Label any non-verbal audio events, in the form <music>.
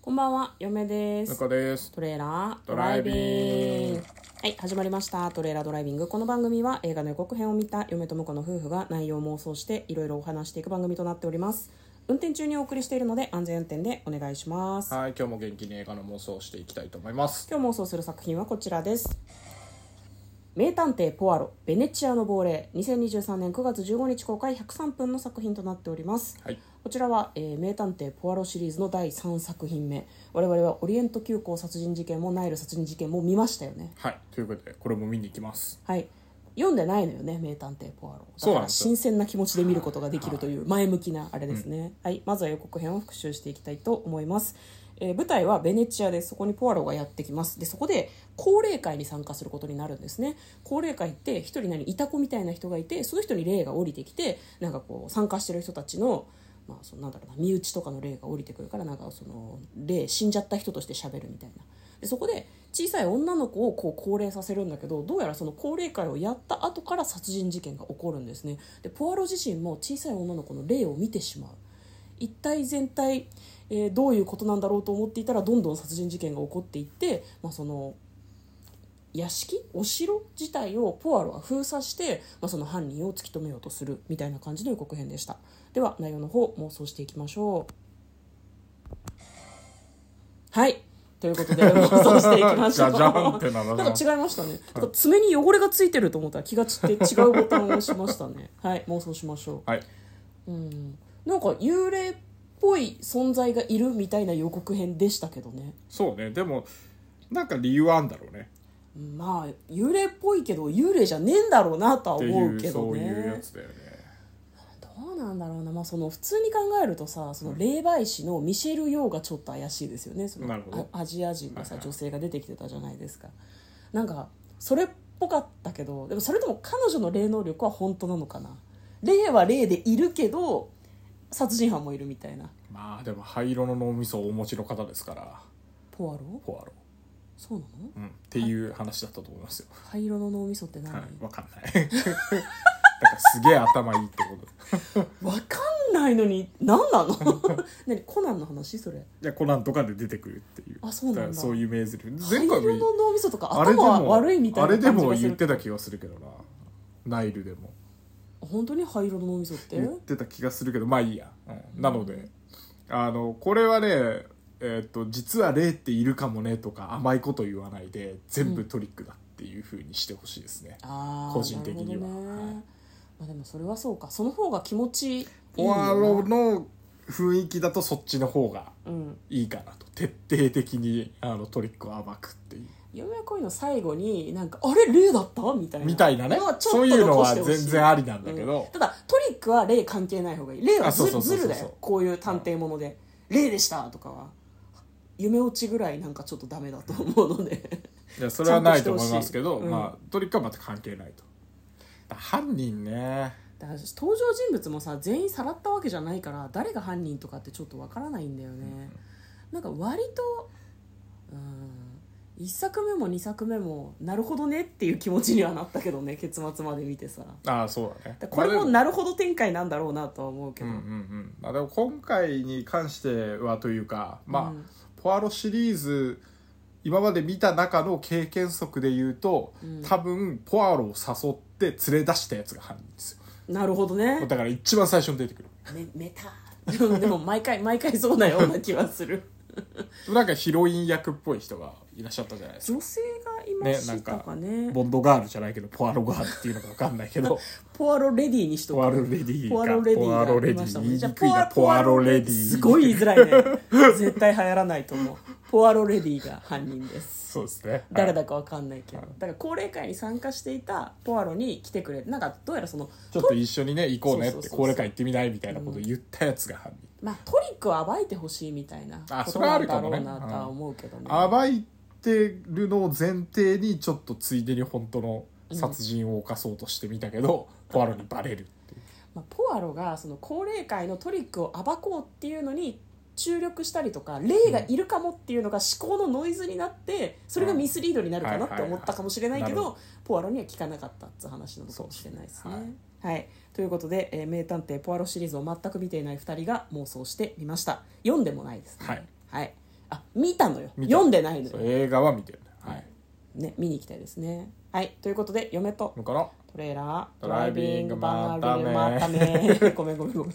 こんばんは、嫁です。中ですトレーラードドライビングはい、始まりました。トレーラードライビング。この番組は映画の予告編を見た嫁と婿の夫婦が内容を妄想していろいろお話していく番組となっております。運転中にお送りしているので安全運転でお願いします。はい今日も元気に映画の妄想をしていきたいと思います今日妄想する作品はこちらです。名探偵ポアロ、ベネチアの亡霊、2023年9月15日公開103分の作品となっております。はいこちらは、えー名探偵ポアロシリーズの第3作品目我々はオリエント急行殺人事件もナイル殺人事件も見ましたよねはいということでこれも見に行きますはい読んでないのよね名探偵ポアロそだかうなんらですよ新鮮な気持ちで見ることができるという前向きなあれですね、はいまずは予告編を復習していきたいと思います、えー舞台はベネチアでそこにポアロがやってきますでそこで高齢会に参加することになるんですね高齢会って一人何いた子みたいな人がいてその人に霊が降りてきてなんかこう参加してる人たちのまあ、そのなんだろうな身内とかの霊が降りてくるからなんかその霊死んじゃった人として喋るみたいなでそこで小さい女の子をこう高齢させるんだけどどうやらその高齢会をやった後から殺人事件が起こるんですねでポアロ自身も小さい女の子の霊を見てしまう一体全体、えーどういうことなんだろうと思っていたらどんどん殺人事件が起こっていって、まあ、その屋敷お城自体をポアロは封鎖して、まあ、その犯人を突き止めようとするみたいな感じの予告編でしたでは内容の方妄想していきましょうはいという <laughs> ことで妄想していきましょうじゃじゃんってななるんか違いましたねなんか爪に汚れがついてると思ったら気が散って違うボタンを押しましたねはい妄想しましょうはいうん、なんか幽霊っぽい存在がいるみたいな予告編でしたけどねそうねでもなんか理由あんだろうねまあ幽霊っぽいけど幽霊じゃねえんだろうなとはってい思ううけそどういうやねつだよねどうなんだろうな、まあ、その普通に考えるとさその霊媒師のミシェル・ヨーがちょっと怪しいですよねそのなるほどあアジア人のさはいはい女性が出てきてたじゃないですかなんかそれっぽかったけどでもそれとも彼女の霊能力は本当なのかな霊は霊でいるけど殺人犯もいるみたいなまあでも灰色の脳みそをお持ちの方ですからポアロポアロ、そうなのうん、っていう話だったと思いますよ灰色の脳みそって何、はいわかんない <laughs> だからすげえ頭いいってことわかんないのに何なの <laughs> 何コナンの話それいやコナンとかで出てくるっていうあそうなんだからそういう名ゼリフ灰前色回もいいの脳みそとかあれで頭はも悪いみたいあなれで感じもがす言っるてた気がするけどなナイルでも本当に灰色の脳みそって言ってた気がするけどまあいいや、うんなのであのこれはねえっと実は霊っているかもねとか甘いこと言わないで全部トリックだっていうふうにしてほしいですね、あー個人的にはなるほどねはいまあ、でもそれはそうかその方が気持ちいいよなポアロの雰囲気だとそっちの方がうんいいかなと徹底的にあのトリックを暴くっていう嫁はこういうの最後になんかあれ霊だったみたいなみたいなねのはちょっとそういうのは残してほし全然ありなんだけどうん、ただトリックは霊関係ない方がいい霊はあそうずそうそうそずうるだよこういう探偵もので霊でしたとかは夢落ちぐらいなんかちょっとダメだと思うのでいやそれはないと思いますけちど、ゃんとしてほしいうんまあトリックはまた関係ないとだから犯人ねだから登場人物もさ全員さらったわけじゃないから誰が犯人とかってちょっとわからないんだよね、なんか割とうん1作目も2作目もなるほどねっていう気持ちにはなったけど <laughs> ね結末まで見てさああそうだねだからこれもまあなるほど展開なんだろうなとは思うけでど、もうんうんうんまあでも今回に関してはというかまあ、うんポアロシリーズ今まで見た中の経験則で言うと、うん多分ポアロを誘って連れ出したやつが犯人です <laughs> なるほどねよだから一番最初に出てくるめめた <laughs> でも毎回毎回そうなような気はするなんかヒロイン役っぽい人がいらっしゃったじゃないですか女性がいましたかねボンドガールじゃないけどポアロガールっていうのか分かんない <laughs> けどポアロレディにしとポアくロレディーかポアロレディポアロレディがいましたーもん言ねいじゃあにくいなポアロレディーすごい言いづらいね絶対流行らないと <laughs> 思うポアロレディが犯人ですそうですね誰はいだかわかんないけどだから高齢会に参加していたポアロに来てくれなんかどうやらそのちょっと一緒にね行こうねっそうそうてそうそう高齢会行ってみないみたいなこと言ったやつが犯人まあトリックを暴いてほしいみたいなあこそとれなはあんるだかろもうねなとは思うけどね暴いてるのを前提にちょっとついでに本当の殺人を犯そうとしてみたけど、ポアロにバレるっていうまあ、ポアロがその高齢会のトリックを暴こうっていうのに注力したりとか霊がいるかもっていうのが思考のノイズになってそれがミスリードになるかなって思ったかもしれないけはいはいどポアロには聞かなかったって話なのかもしれないですね。はい、ということで、えー名探偵ポアロ」シリーズを全く見ていない2人が妄想してみました読んでもないですねはい、はい、あ見たのよ見た読んでないのそよう、映画は見てるねはいね、見に行きたいですねはいということで嫁とのかなトレーラードドライビライビンンググバまたねま <laughs> たねごめんごめんごめん